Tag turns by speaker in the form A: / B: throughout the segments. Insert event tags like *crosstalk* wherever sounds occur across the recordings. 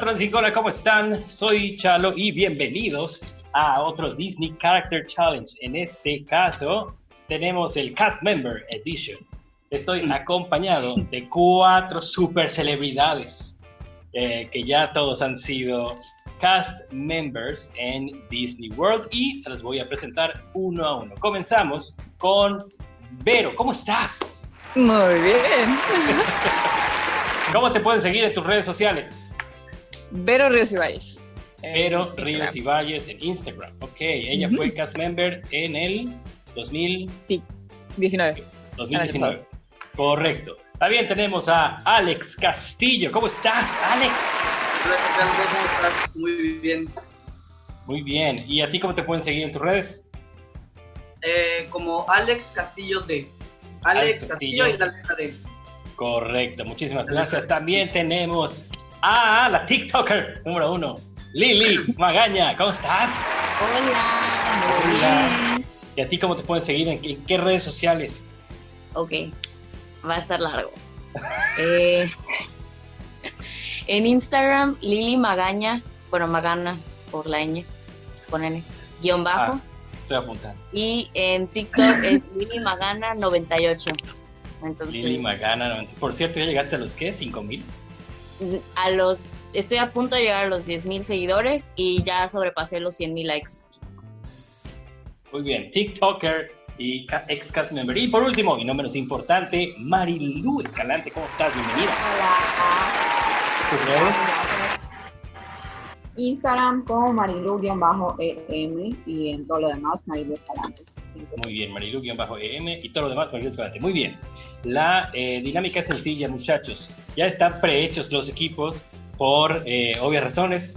A: Transicola, ¿cómo están? Soy Chalo y bienvenidos a otro Disney Character Challenge. En este caso, tenemos el Cast Member Edition. Estoy acompañado de cuatro super celebridades eh, que ya todos han sido cast members en Disney World y se los voy a presentar uno a uno. Comenzamos con Vero, ¿cómo estás?
B: Muy bien.
A: ¿Cómo te pueden seguir en tus redes sociales?
B: Vero Ríos y Valles. Eh, en
A: Vero
B: Instagram.
A: Ríos y Valles en Instagram. Ok, ella
B: Ujú.
A: fue cast member en el 2000,
B: 19.
A: 2019. Correcto. También tenemos a Alex Castillo. ¿Cómo estás, Alex?
C: Hola, ¿qué tal? ¿Cómo estás? Muy bien.
A: Muy bien. ¿Y a ti cómo te pueden seguir en tus redes?
C: Eh, como Alex Castillo D. Alex
A: Alex
C: Castillo.
A: Castillo.
C: y la letra D.
A: Correcto, muchísimas gracias. También tenemos a la TikToker número uno, Lili Magaña. ¿Cómo estás?
D: Hola, muy bien.
A: ¿Y a ti cómo te pueden seguir? ¿En qué, en qué redes sociales?
D: Ok, va a
A: *laughs*
D: estar largo. Eh, en Instagram, Lili Magaña, bueno, Magana por la ñ, con N, guión bajo.
A: Ah, estoy apuntando.
D: Y en TikTok es *laughs* Lili Magana98. Entonces,
A: Lili Magana. no- Por cierto, ¿ya llegaste a los qué? ¿Cinco mil?
D: a los, estoy a punto de llegar a los 10.000 seguidores y ya sobrepasé los 100.000 likes.
A: Muy bien, TikToker y ca- ex cast member. Y por último, y no menos importante, Marilu Escalante. ¿Cómo estás? Bienvenida.
E: Hola.
A: ¿Tus redes?
E: Instagram como marilu-em y en todo lo demás, Marilu Escalante.
A: Muy bien, Marilu-EM y todo lo demás, Marilu Escalante. Muy bien. La eh, dinámica es sencilla, muchachos. Ya están prehechos los equipos por eh, obvias razones.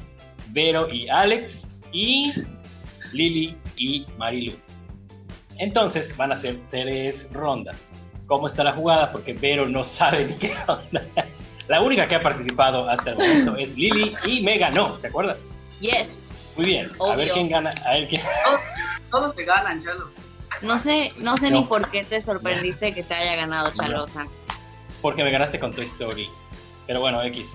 A: Vero y Alex y Lili y Marilu. Entonces van a ser tres rondas. ¿Cómo está la jugada? Porque Vero no sabe ni qué onda. *laughs* La única que ha participado hasta el momento es Lili y me ganó, ¿te acuerdas?
D: Yes.
A: Muy bien. A ver
D: Obvio.
A: quién gana. A ver quién.
C: Todos te ganan, Chalo.
D: No sé, no sé
A: No.
D: ni por qué te sorprendiste de que te haya ganado Chalosa.
A: porque me ganaste con Toy Story. Pero bueno, X.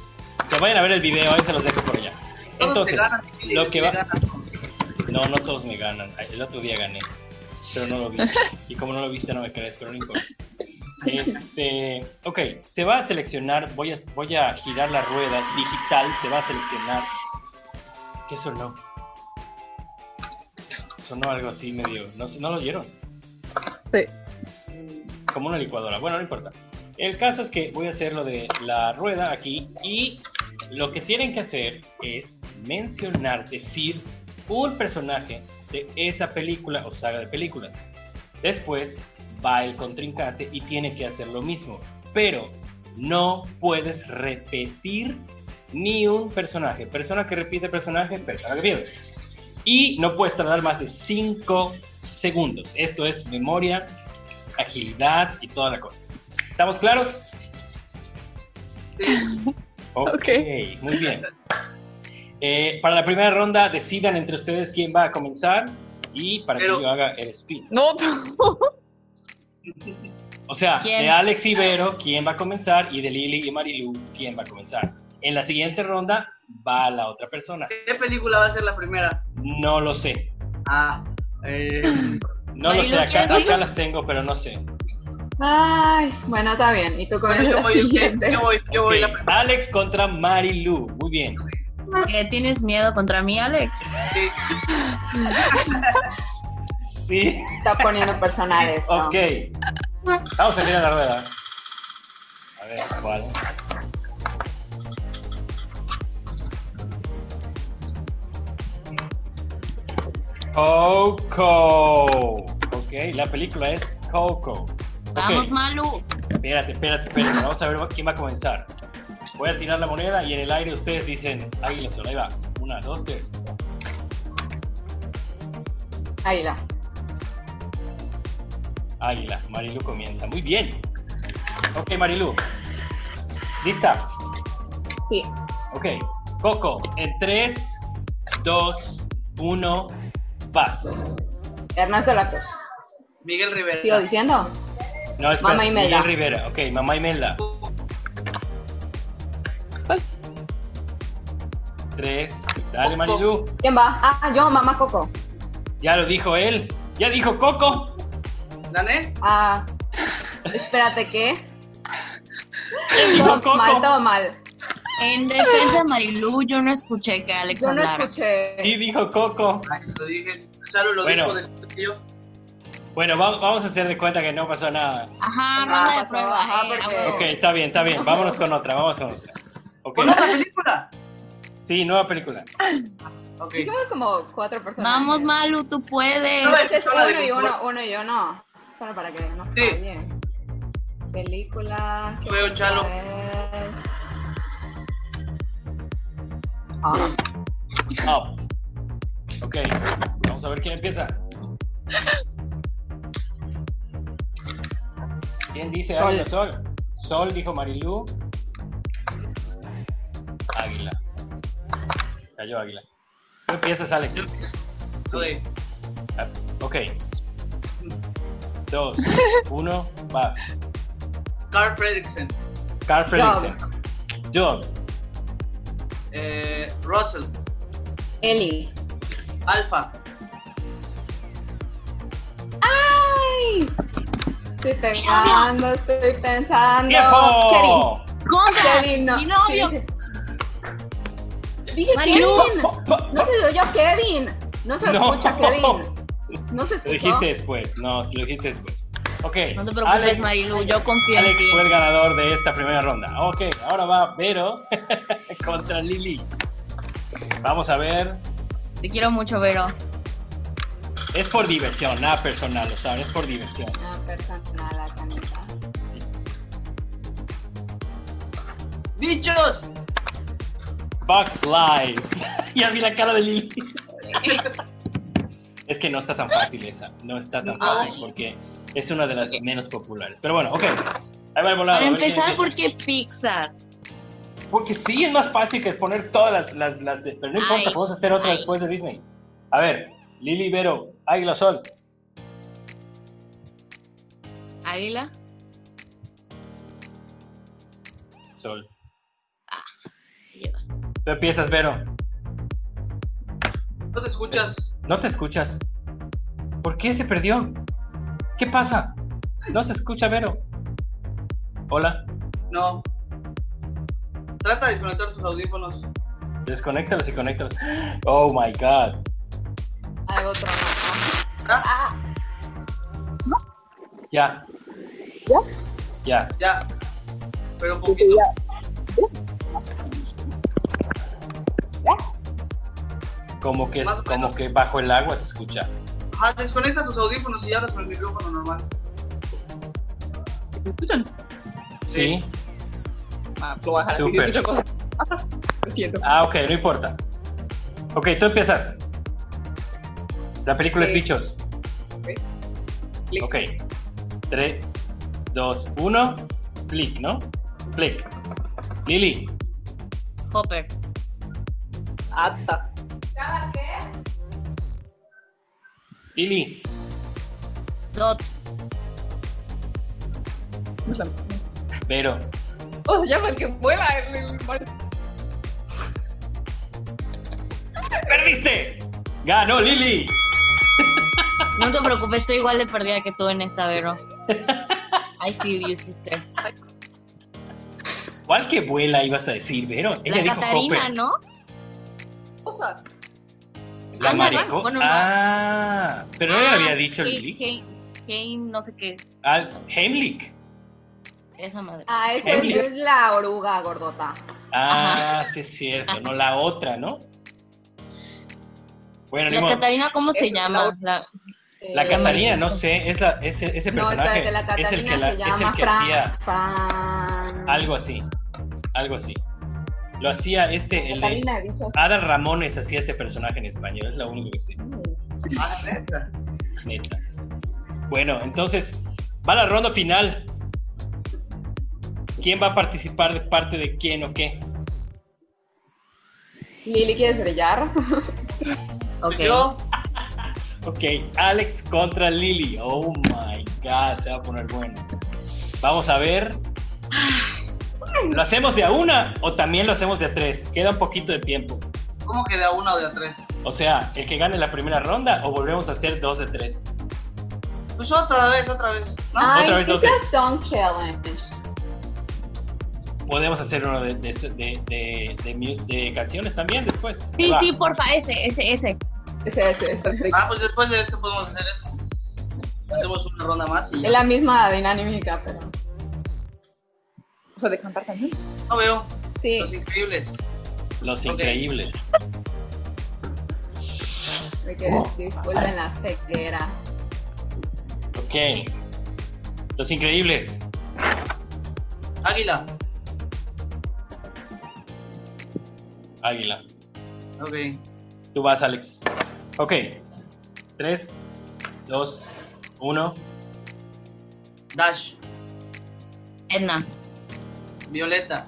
A: Que vayan a ver el video, ahí se los dejo por allá.
C: Todos te
A: Entonces,
C: ganan. y
A: lo
C: te
A: que va-
C: ganan todos.
A: no, no todos me ganan. Ay, El otro día gané, pero no lo
C: *laughs*
A: vi. Y como no lo viste, no me crees, pero no importa. Este, ok, se va a seleccionar, voy a, voy a girar la rueda digital, se va a seleccionar. ¿Qué sonó? Sonó algo así medio, no, sé, ¿no lo oyeron?
B: Sí.
A: Como una licuadora, bueno, no importa. El caso es que voy a hacer lo de la rueda aquí y lo que tienen que hacer es mencionar, decir un personaje de esa película o saga de películas. Después va el contrincante y tiene que hacer lo mismo, pero no puedes repetir ni un personaje. Persona que repite personaje, persona que pierde. Y no puedes tardar más de 5 segundos. Esto es memoria, agilidad y toda la cosa. ¿Estamos claros?
C: Sí.
A: Ok, muy bien. Eh, para la primera ronda, decidan entre ustedes quién va a comenzar y para
C: Pero-
A: que yo haga el spin.
B: No,
A: O sea,
D: ¿Quién?
A: de Alex Ibero, quién va a comenzar, y de Lili y Marilu, quién va a comenzar. En la siguiente ronda va la otra persona.
C: ¿Qué película va a ser la primera?
A: No lo sé.
C: Ah, eh,
E: *laughs*
A: No lo sé.
D: Marilu,
A: Acá,
D: ¿quieres
A: acá
D: ir?
A: las tengo, pero no sé.
E: Ay, bueno, está bien. Y tú
A: *laughs*
E: comienzas
C: yo
E: la
C: voy,
E: siguiente.
C: yo voy, yo voy la
A: Ok,
C: primera.
A: Alex contra Marilu. Muy bien.
D: ¿Que tienes miedo contra mí, Alex?
C: Sí.
A: Sí.
E: Está poniendo personales. ¿no?
A: Ok. Vamos a tirar la rueda. A ver, ¿cuál? Coco. Ok, la película es Coco. Ok,
D: Vamos, Malu.
A: Espérate, espérate, espérate. Vamos a ver quién va a comenzar. Voy a tirar la moneda y en el aire ustedes dicen águila sola. Ahí va. Una, dos, tres.
E: Ahí va.
A: Águila. Marilu comienza. Muy bien. Ok, Marilu. ¿Lista?
E: Sí.
A: Ok, Coco, en 3, 2, 1, vas.
E: Ernesto Lacos.
C: Miguel Rivera.
E: ¿Sigo diciendo?
A: No, espera,
E: Mamá Imelda.
A: Miguel Rivera, ok, mamá Imelda. tres. Dale, Marilu.
E: ¿Quién va? Ah, yo, mamá Coco.
A: Ya lo dijo él. Ya dijo Coco.
C: ¿Dane?
E: Ah, espérate, ¿qué?
A: Ya dijo
E: Todo mal,
A: Coco.
E: todo mal.
D: En defensa de Marilu, yo no escuché que Alex
E: Yo no
D: hablara.
E: escuché.
A: Sí, dijo Coco.
C: Ay, lo dije. Chalo lo
A: Bueno.
C: dijo después que yo.
A: Bueno, va- vamos a hacer de cuenta que no pasó nada.
D: Ajá,
E: Ah,
D: ronda de
E: pasó,
D: prueba.
E: ajá,
D: eh,
E: porque-
D: a huevo.
A: Ok, está bien, está bien. Vámonos con otra, vámonos con otra. Ok.
C: ¿Con otra película?
A: Sí, nueva película.
C: Ok.
E: Dijimos como cuatro personas.
D: Vamos, Malu, tú puedes.
C: No,
E: Pues es
C: Solo
E: uno y
C: digo,
E: uno, uno y uno. Solo para que no
C: Sí.
E: falle. Película.
C: Yo veo Chalo.
E: es? Ah,
A: Up. Ok, vamos a ver quién empieza. ¿Quién dice
E: Sol.
A: Águila Sol? Sol dijo Marilú. Águila. Cayó Águila. Tú empiezas, Alex.
C: Soy.
A: Ah, Ok.
E: *laughs*
A: Dos, uno, vas.
C: Carl Fredrickson.
A: Carl
E: Job.
A: Fredrickson. Job.
C: Eh, Russell.
E: Eli.
C: Alfa.
E: ¡Ay! Estoy pensando, estoy pensando.
A: ¡Tiempo!
D: Contra.
E: Kevin. Kevin, no.
D: Mi novio.
E: Sí, sí. Dije
D: Marilu.
E: Kevin.
A: Po- po-
E: No se oyó Kevin. No se
A: No.
E: escucha Kevin. No se
A: Lo
E: escuchó.
A: dijiste después, no, lo dijiste después. Ok.
D: No te preocupes,
A: Alex,
D: Marilu, yo confío en
A: Alex
D: ti.
A: fue el ganador de esta primera ronda. Ok, ahora va Vero *laughs* contra Lili. Vamos a ver.
D: Te quiero mucho, Vero.
A: Es por diversión, nada personal, o sea, es por diversión.
E: Ah, personal, la canita.
C: ¡Bichos!
A: Bugs Live. *laughs* ya vi la cara de Lili. *laughs* es que no está tan fácil esa. No está tan fácil
D: Ay.
A: porque es una de las menos populares. Pero bueno, ok. Ahí va el volado.
D: Para
A: a ver quién
D: empezar,
A: empieza.
D: ¿por qué Pixar?
A: Porque sí, es más fácil que poner todas las... las, las de- pero no importa,
D: Ay,
A: podemos hacer otra
D: ay.
A: después de Disney. A ver, Lili Vero, Águila Sol.
D: Águila.
A: Sol.
D: Lleva.
A: Tú empiezas, Vero.
C: ¿No te escuchas?
A: No te escuchas. ¿Por qué se perdió? ¿Qué pasa? No se escucha, Vero. Hola,
C: No. Trata de desconectar tus audífonos.
A: desconéctalos y conéctalos. Oh my god.
E: Hay otro.
C: Ah.
E: Ah,
A: Ya. ¿Ya? Ya.
C: Ya. Pero un poquito.
A: Como que,
C: Más o
A: como
C: menos.
A: que bajo el agua se escucha.
C: Ajá, desconecta tus audífonos y hablas con el micrófono normal.
A: Sí.
C: Sí.
B: Ah, lo voy a dejar así, si
A: Súper.
B: escucho cosas. *laughs* Lo siento.
A: Ah, ok, no importa. Ok, tú empiezas. La película
B: Ok.
A: es Bichos.
B: Click.
A: Ok. 3, 2, 1. Click, ¿no? Click. Lili.
D: Hopper.
B: Ata.
A: Lili.
D: Dot.
A: Vero.
B: ¿Cómo se llama el que vuela? El, el mar-
A: ¡Perdiste! ¡Ganó Lili!
D: No te preocupes, estoy igual de perdida que tú en esta, Vero. I feel you, sister.
A: ¿Cuál que vuela ibas a decir, Vero? Ella
D: La
A: dijo
D: Catarina,
A: Hopper.
D: ¿no?
B: cosa.
A: La
D: Ándale,
A: marejó.
D: bueno, no.
A: Ah, pero no le
D: Ah,
A: había dicho
D: He-
A: Lili.
D: He- Heim, no sé qué.
A: Al Heimlich.
D: Esa madre.
E: ah, esa
A: Emily.
E: es la oruga gordota.
A: Ah, sí es cierto, no la otra, ¿no? Bueno, ni
D: ¿La
A: modo.
D: Catarina cómo se
B: Esa es
D: llama? La-
A: La
D: Eh,
A: Catarina,
D: María.
A: no sé, es la, ese, ese
E: No,
A: Este personaje
E: espérate, la
A: es el
E: Catalina
A: que, la-
E: se
A: es
E: llama
A: el que
E: Fran.
A: hacía
E: Fran.
A: algo así, algo así. Lo hacía este, el de
E: Catalina de bichos.
A: Adal Ramones hacía ese personaje en español, es lo único que sé,
C: Ah, neta.
A: neta. Bueno, entonces, va la ronda final. ¿Quién va a participar de parte de quién o qué?
E: Lili, ¿quieres brillar?
D: Ok.
C: Yo,
A: Ok, Alex contra Lily. Oh my god, se va a poner bueno. Vamos a ver. ¿Lo hacemos de a una o también lo hacemos de a tres? Queda un poquito de tiempo.
C: ¿Cómo que de a uno o de a tres?
A: O sea, el que gane la primera ronda o volvemos a hacer dos de tres.
C: Pues otra vez, otra vez. ¿no?
E: Ay,
A: Ah, Otra vez,
E: quizás
A: otra
E: son challenge.
A: Podemos hacer uno de, de, de, de, de mus- de canciones también después.
D: Sí,
A: Va.
D: sí, porfa, ese, ese, ese.
E: Ese, ese, ese.
C: Ah, pues después de esto podemos hacer eso. Hacemos una ronda más y
E: Es
C: ya.
E: la misma dinámica, pero.
B: O sea, de cantar canciones.
C: No veo.
E: Sí.
A: Pues
C: Los increíbles.
A: Los
C: Ok.
A: Increíbles.
E: De
A: Oh.
E: que disculpen la ceguera.
A: Ok. Los Increíbles.
C: Águila.
A: Águila.
C: Ok.
A: Tú vas, Alex. Ok. 3, 2, 1.
C: Dash.
D: Edna,
C: Violeta.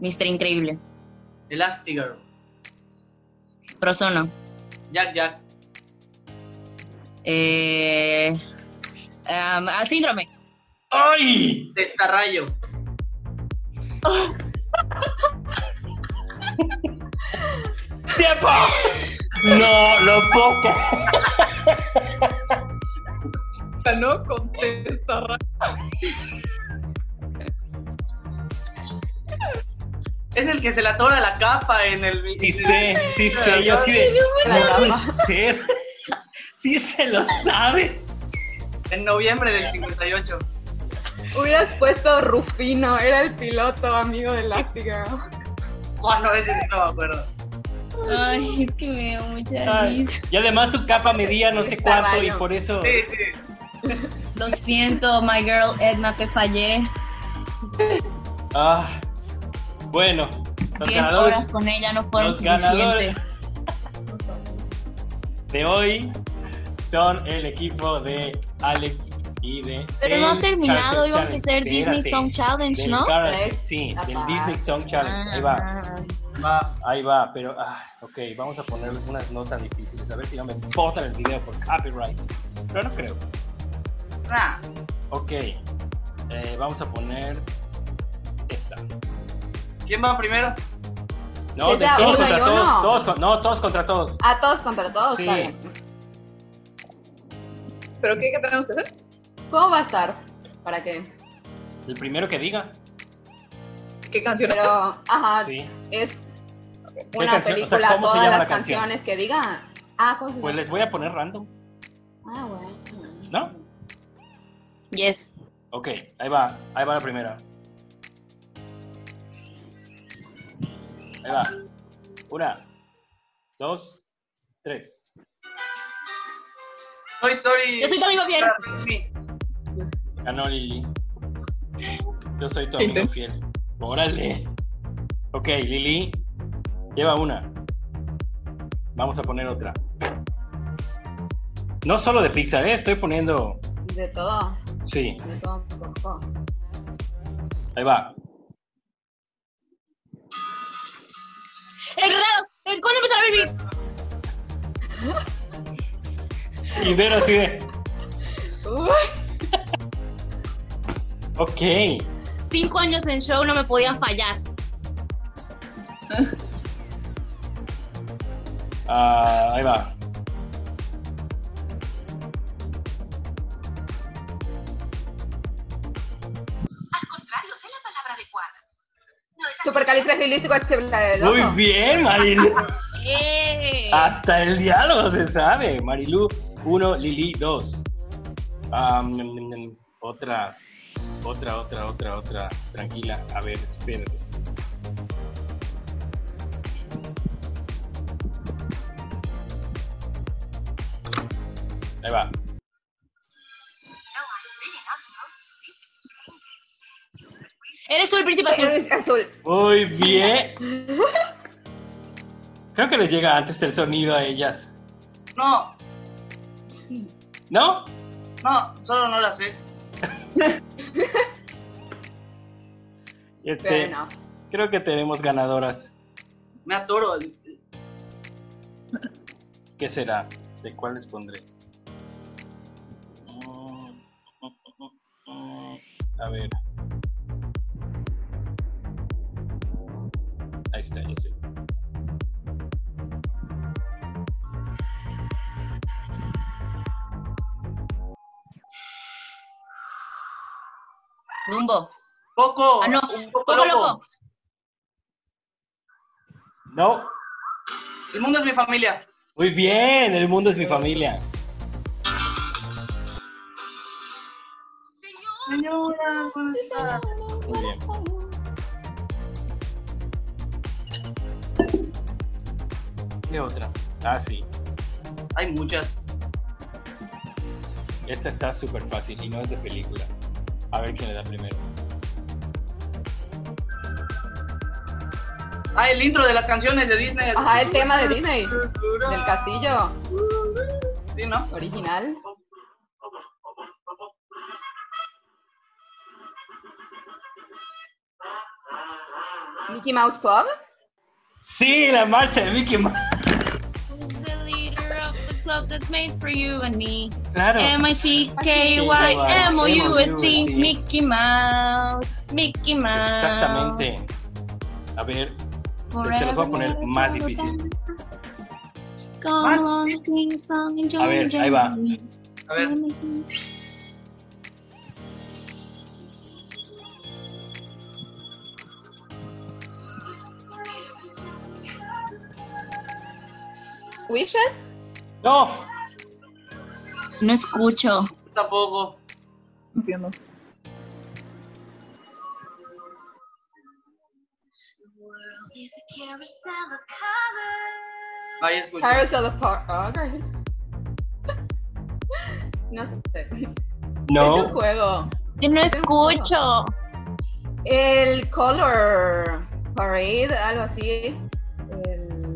D: Mister Increíble.
C: Elastigirl.
D: Frozono.
C: Jack Jack.
D: Eh, am, al síndrome.
A: ¡Ay!
C: Testarrayo.
A: ¡Tiempo! No, lo poco.
B: No contesta. ra-
C: Es el que se le atora la capa en el.
A: Sí sé, sí sé. Yo sí de. No puede ser. Sí se lo sabe.
C: En noviembre del 58.
E: Hubieras puesto Rufino, era el piloto amigo de Elastigirl.
C: Oh, no, ese sí no me acuerdo.
D: Ay, es que me dio mucha
A: Ay,
D: risa.
A: Y además su capa medía no sé cuánto y por eso.
C: Sí, sí.
D: Lo siento, my girl Edna, te fallé.
A: Ah, bueno. Los
D: 10
A: ganadores
D: horas con ella no fueron
A: los ganadores
D: suficientes.
A: de hoy son el equipo de Alex y de.
D: Pero
A: del
D: no ha terminado,
A: Carpet
D: íbamos a hacer
A: Challenge.
D: Disney
A: Espérate.
D: Song Challenge,
A: Del
D: ¿no?
A: Carpet, sí, del
E: Ajá.
A: Disney Song Challenge. Ahí va.
D: Ah,
C: Va.
A: Ahí va, pero, ah, ok, vamos a poner unas notas difíciles, a ver si no me botan el video por copyright. Pero no creo.
C: Ah,
A: Ok, eh, vamos a poner esta.
C: ¿Quién va primero?
A: No, de
E: Esa,
A: todos
E: una,
A: contra
E: yo
A: todos,
E: no.
A: todos con- no, todos contra todos.
E: A todos contra todos,
A: Sí.
E: está bien.
B: ¿Pero qué, qué tenemos que hacer?
E: ¿Cómo va a estar? ¿Para qué?
A: El primero que diga.
B: ¿Qué canciones?
E: Pero, ajá,
A: Sí.
E: es
A: ¿Qué
E: una
A: canción? O sea,
E: película,
A: ¿cómo se
E: todas
A: llama
E: las
A: la canción?
E: canciones que digan. Ah, ¿cómo se
A: Pues
E: llama?
A: les voy a poner random.
E: Ah, bueno.
A: ¿No?
D: Yes.
A: Ok, ahí va, ahí va la primera. Ahí va. Una, dos, tres.
C: Toy Story.
D: Yo soy tu amigo fiel.
C: Para Disney.
A: Ganó Lili. Yo soy tu amigo fiel. Órale. Ok, Lili. Lleva una. Vamos a poner otra. No solo de Pixar, ¿eh? estoy poniendo.
E: De todo,
A: Sí,
E: de todo un poco.
A: ahí va.
D: Enredados. ¿Cuándo empezar a vivir?
A: Y ver así de.
E: Uy,
A: Ok.
D: Cinco años en show no me podían fallar.
A: Ah, ahí va.
E: supercalifragilístico, este excepcional.
A: Muy bien, Marilu.
D: ¡Eh!
A: Hasta el diálogo se sabe. Marilu 1, Lili Ah, 2. mm, otra, otra, otra, otra, otra. Tranquila. A ver, espérate. Ahí va.
D: Eres tú el príncipe azul.
E: azul.
A: Muy bien. Creo que les llega antes el sonido a ellas.
C: No,
A: ¿No?
C: no, solo no la sé.
A: Este,
E: Pero no.
A: Creo que tenemos ganadoras.
C: Me atoro.
A: ¿Qué será? ¿De cuál les pondré? Mm, mm, mm, A ver. Ahí está, ya sé.
D: Dumbo.
C: Poco.
D: Ah, no.
C: Un poco,
D: Poco
C: loco.
D: loco.
A: No.
C: El mundo es mi familia.
A: Muy bien, el mundo es mi familia.
C: Señora. guapa.
A: Muy bien. ¿Qué otra? Ah, sí.
C: Hay muchas.
A: Esta está súper fácil y no es de película. A ver quién le da primero.
C: Ah, el intro de las canciones de Disney.
E: Ajá, el tema de Disney. Del castillo
C: Sí, ¿no?
E: original. Mickey Mouse Club.
A: Sí, la marcha de Mickey Mouse.
D: Who's the leader of the club that's made for you and me?
A: Claro.
D: M-I-C-K-Y-M-O-U-S-C.
A: Sí.
D: Mickey Mouse. Mickey Mouse.
A: Exactamente. A ver, se los voy a poner más difícil.
D: Come
C: Más
D: along, sing song, enjoy,
A: A ver,
D: enjoy.
A: ahí va.
C: A ver.
D: Let me see.
E: Wishes.
A: No,
D: No escucho.
C: Tampoco.
B: Entiendo.
C: Ahí
A: Pues
C: escucho.
E: Pirates of the Par- oh, girl. *laughs* No sé. Es un
A: no.
E: juego.
D: Yo no escucho.
E: El Color Parade, algo así. El.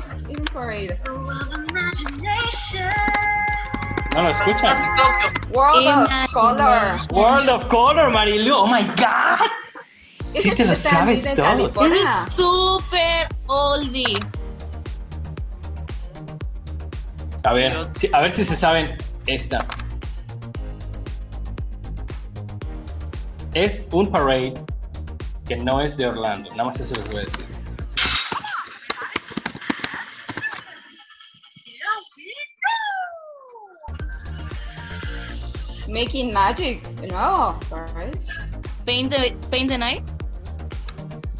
E: ah, sí, es un parade.
A: No lo
C: Estás
A: escuchan.
C: en Tokio.
E: World
D: Imagine.
E: of Color.
A: World of Color, Marilu. Oh my God. Sí
E: Eso
A: te lo
E: está
A: sabes
E: en
A: todos.
E: California.
D: This is super oldie.
A: A ver, si- a ver si se saben esta. Es un parade que no es de Orlando. Nada más eso les voy a decir.
E: Making Magic. No, parade.
D: Paint the, paint the night.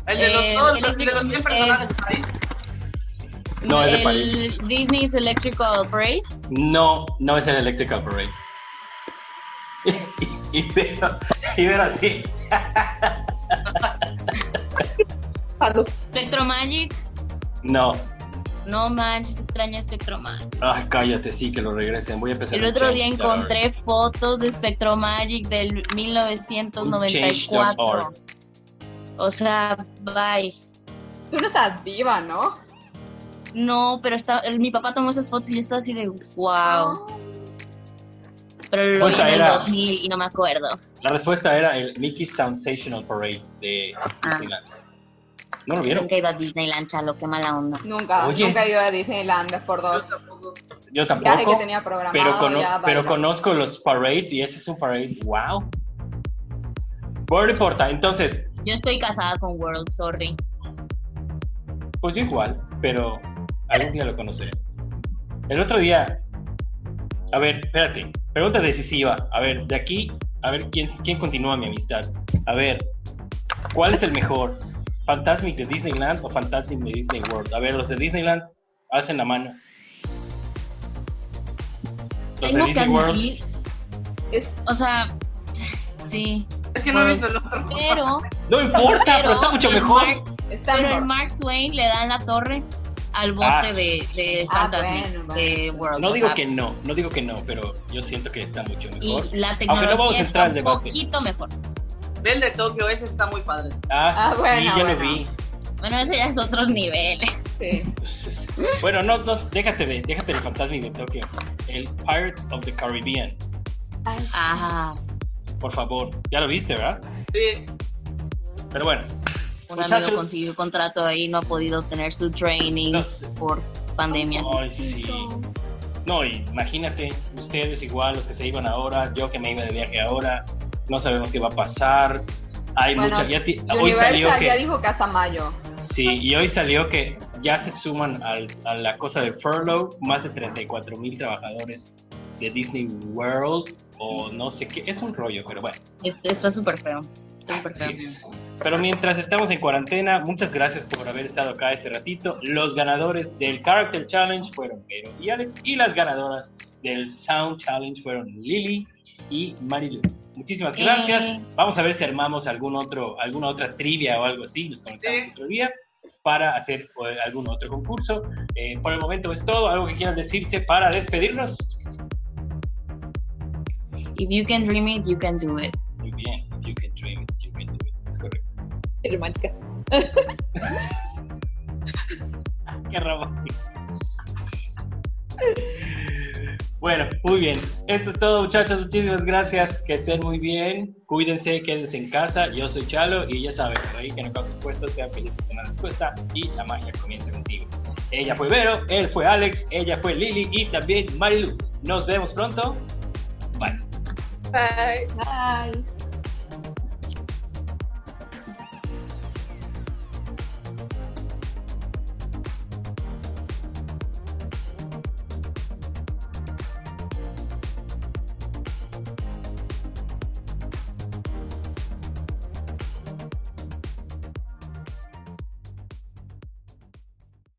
C: El de los
D: Eh,
C: todos,
D: el
C: los- de los 100
D: electric-
C: personajes de París.
A: No, es de
D: el
A: París.
D: Disney's Electrical Parade.
A: No, no es el Electrical *laughs* Parade. y, ver así.
B: Salud.
D: Spectromagic.
A: No.
D: No manches, extraña Spectromagic.
A: Ay, cállate, sí, que lo regresen. Voy a empezar
D: El
A: un
D: otro día
A: change.org.
D: encontré fotos de Spectromagic del
A: Un
D: 1994.
A: change.org.
D: O sea, bye.
E: Tú no estás viva, ¿no?
D: No, pero está, el- mi papá tomó esas fotos y yo estaba así de wow. Pero lo
A: Pues
D: vi en el
A: era-
D: 2000 y no me acuerdo.
A: La respuesta era el Mickey Sensational Parade de
E: Ah.
A: Disneyland. ¿No lo vieron?
D: Nunca iba a Disneyland, chalo, qué mala onda.
E: Nunca,
A: Oye.
E: nunca he ido a Disneyland por dos.
A: Yo
E: Viaje que
A: tampoco.
E: tenía programado.
A: Pero, cono-
E: ya
A: pero
E: basta.
A: conozco los parades y ese es un parade. ¡Wow! Bueno, no importa. Entonces,
D: Yo estoy casada con World, sorry.
A: pues yo igual, pero algún día lo conoceré. El otro día. A ver, espérate. Pregunta decisiva. A ver, de aquí, a ver quién, quién continúa mi amistad. A ver, ¿cuál es el mejor? ¿Fantasmic de Disneyland o Fantasmic de Disney World? A ver, los de Disneyland hacen la mano. Los de
D: Tengo que
A: Disney World.
D: admitir,
E: Es-
D: o sea, sí,
C: Es que no he visto el otro.
D: pero,
A: No importa, pero
D: Pero
A: está mucho
D: el
A: mejor.
D: Mark-
E: Está
D: pero
E: mejor.
D: el Mark Twain le dan la torre al bote
A: Ah,
D: de, de
E: Ah,
D: Fantasmic
E: bueno,
D: de
E: bueno.
D: World.
A: No
D: o
A: digo
D: sea,
A: que no, no digo que no, pero yo siento que está mucho
D: Y
A: mejor.
D: la
A: vamos a
D: tecnología
A: entrar
D: está
A: al
D: un
A: debate.
D: poquito mejor.
C: Ve el de Tokio, ese está muy padre.
A: Ah,
E: Ah,
A: sí,
E: bueno,
A: ya lo
E: bueno.
A: vi.
D: Bueno, ese ya es otros *laughs* niveles.
E: Sí.
A: Bueno, no, no, déjate de, déjate del fantasma de Tokio. El Pirates of the Caribbean,
E: Ay,
D: Ajá.
A: por favor. Ya lo viste, ¿verdad?
C: Sí.
A: Pero bueno,
D: Un
A: Muchachos.
D: amigo consiguió contrato ahí, no ha podido tener su training
A: los-
D: por pandemia.
A: ay sí. No, imagínate, ustedes igual, los que se iban ahora, yo que me iba de viaje ahora, no sabemos qué va a pasar. Hay
E: Bueno,
A: mucha, ya ti- hoy
E: Universal
A: salió que
E: ya dijo que hasta mayo.
A: Sí, y hoy salió que ya se suman al- a la cosa del furlough más de 34 mil trabajadores de Disney World o no sé qué. Es un rollo, pero bueno.
D: Es- Este, Está súper feo. Está súper feo.
A: Así es. Pero mientras estamos en cuarentena, muchas gracias por haber estado acá este ratito. Los ganadores del Character Challenge fueron Vero y Alex, y las ganadoras del Sound Challenge fueron Lily y Marilu. Muchísimas
D: Eh.
A: gracias. Vamos a ver si armamos algún otro, alguna otra trivia o algo así, nos conectamos
C: Sí.
A: otro día para hacer eh, algún otro concurso. Eh, por el momento es todo. ¿Algo que quieran decirse para despedirnos?
D: If you can dream it, you can do it.
A: Muy bien. You can dream it, you can do it. Es correcto.
B: Germánica.
A: Qué romántico. Bueno, muy bien. Esto es todo, muchachos. Muchísimas gracias. Que estén muy bien. Cuídense, quédense en casa. Yo soy Chalo y ya saben, por ahí que no causen puestos, sean felices en la respuesta y la magia comienza contigo. Ella fue Vero, él fue Alex, ella fue Lili y
D: Ah,
A: también Marilu. Nos vemos pronto. Bye.
B: Bye.
E: Bye.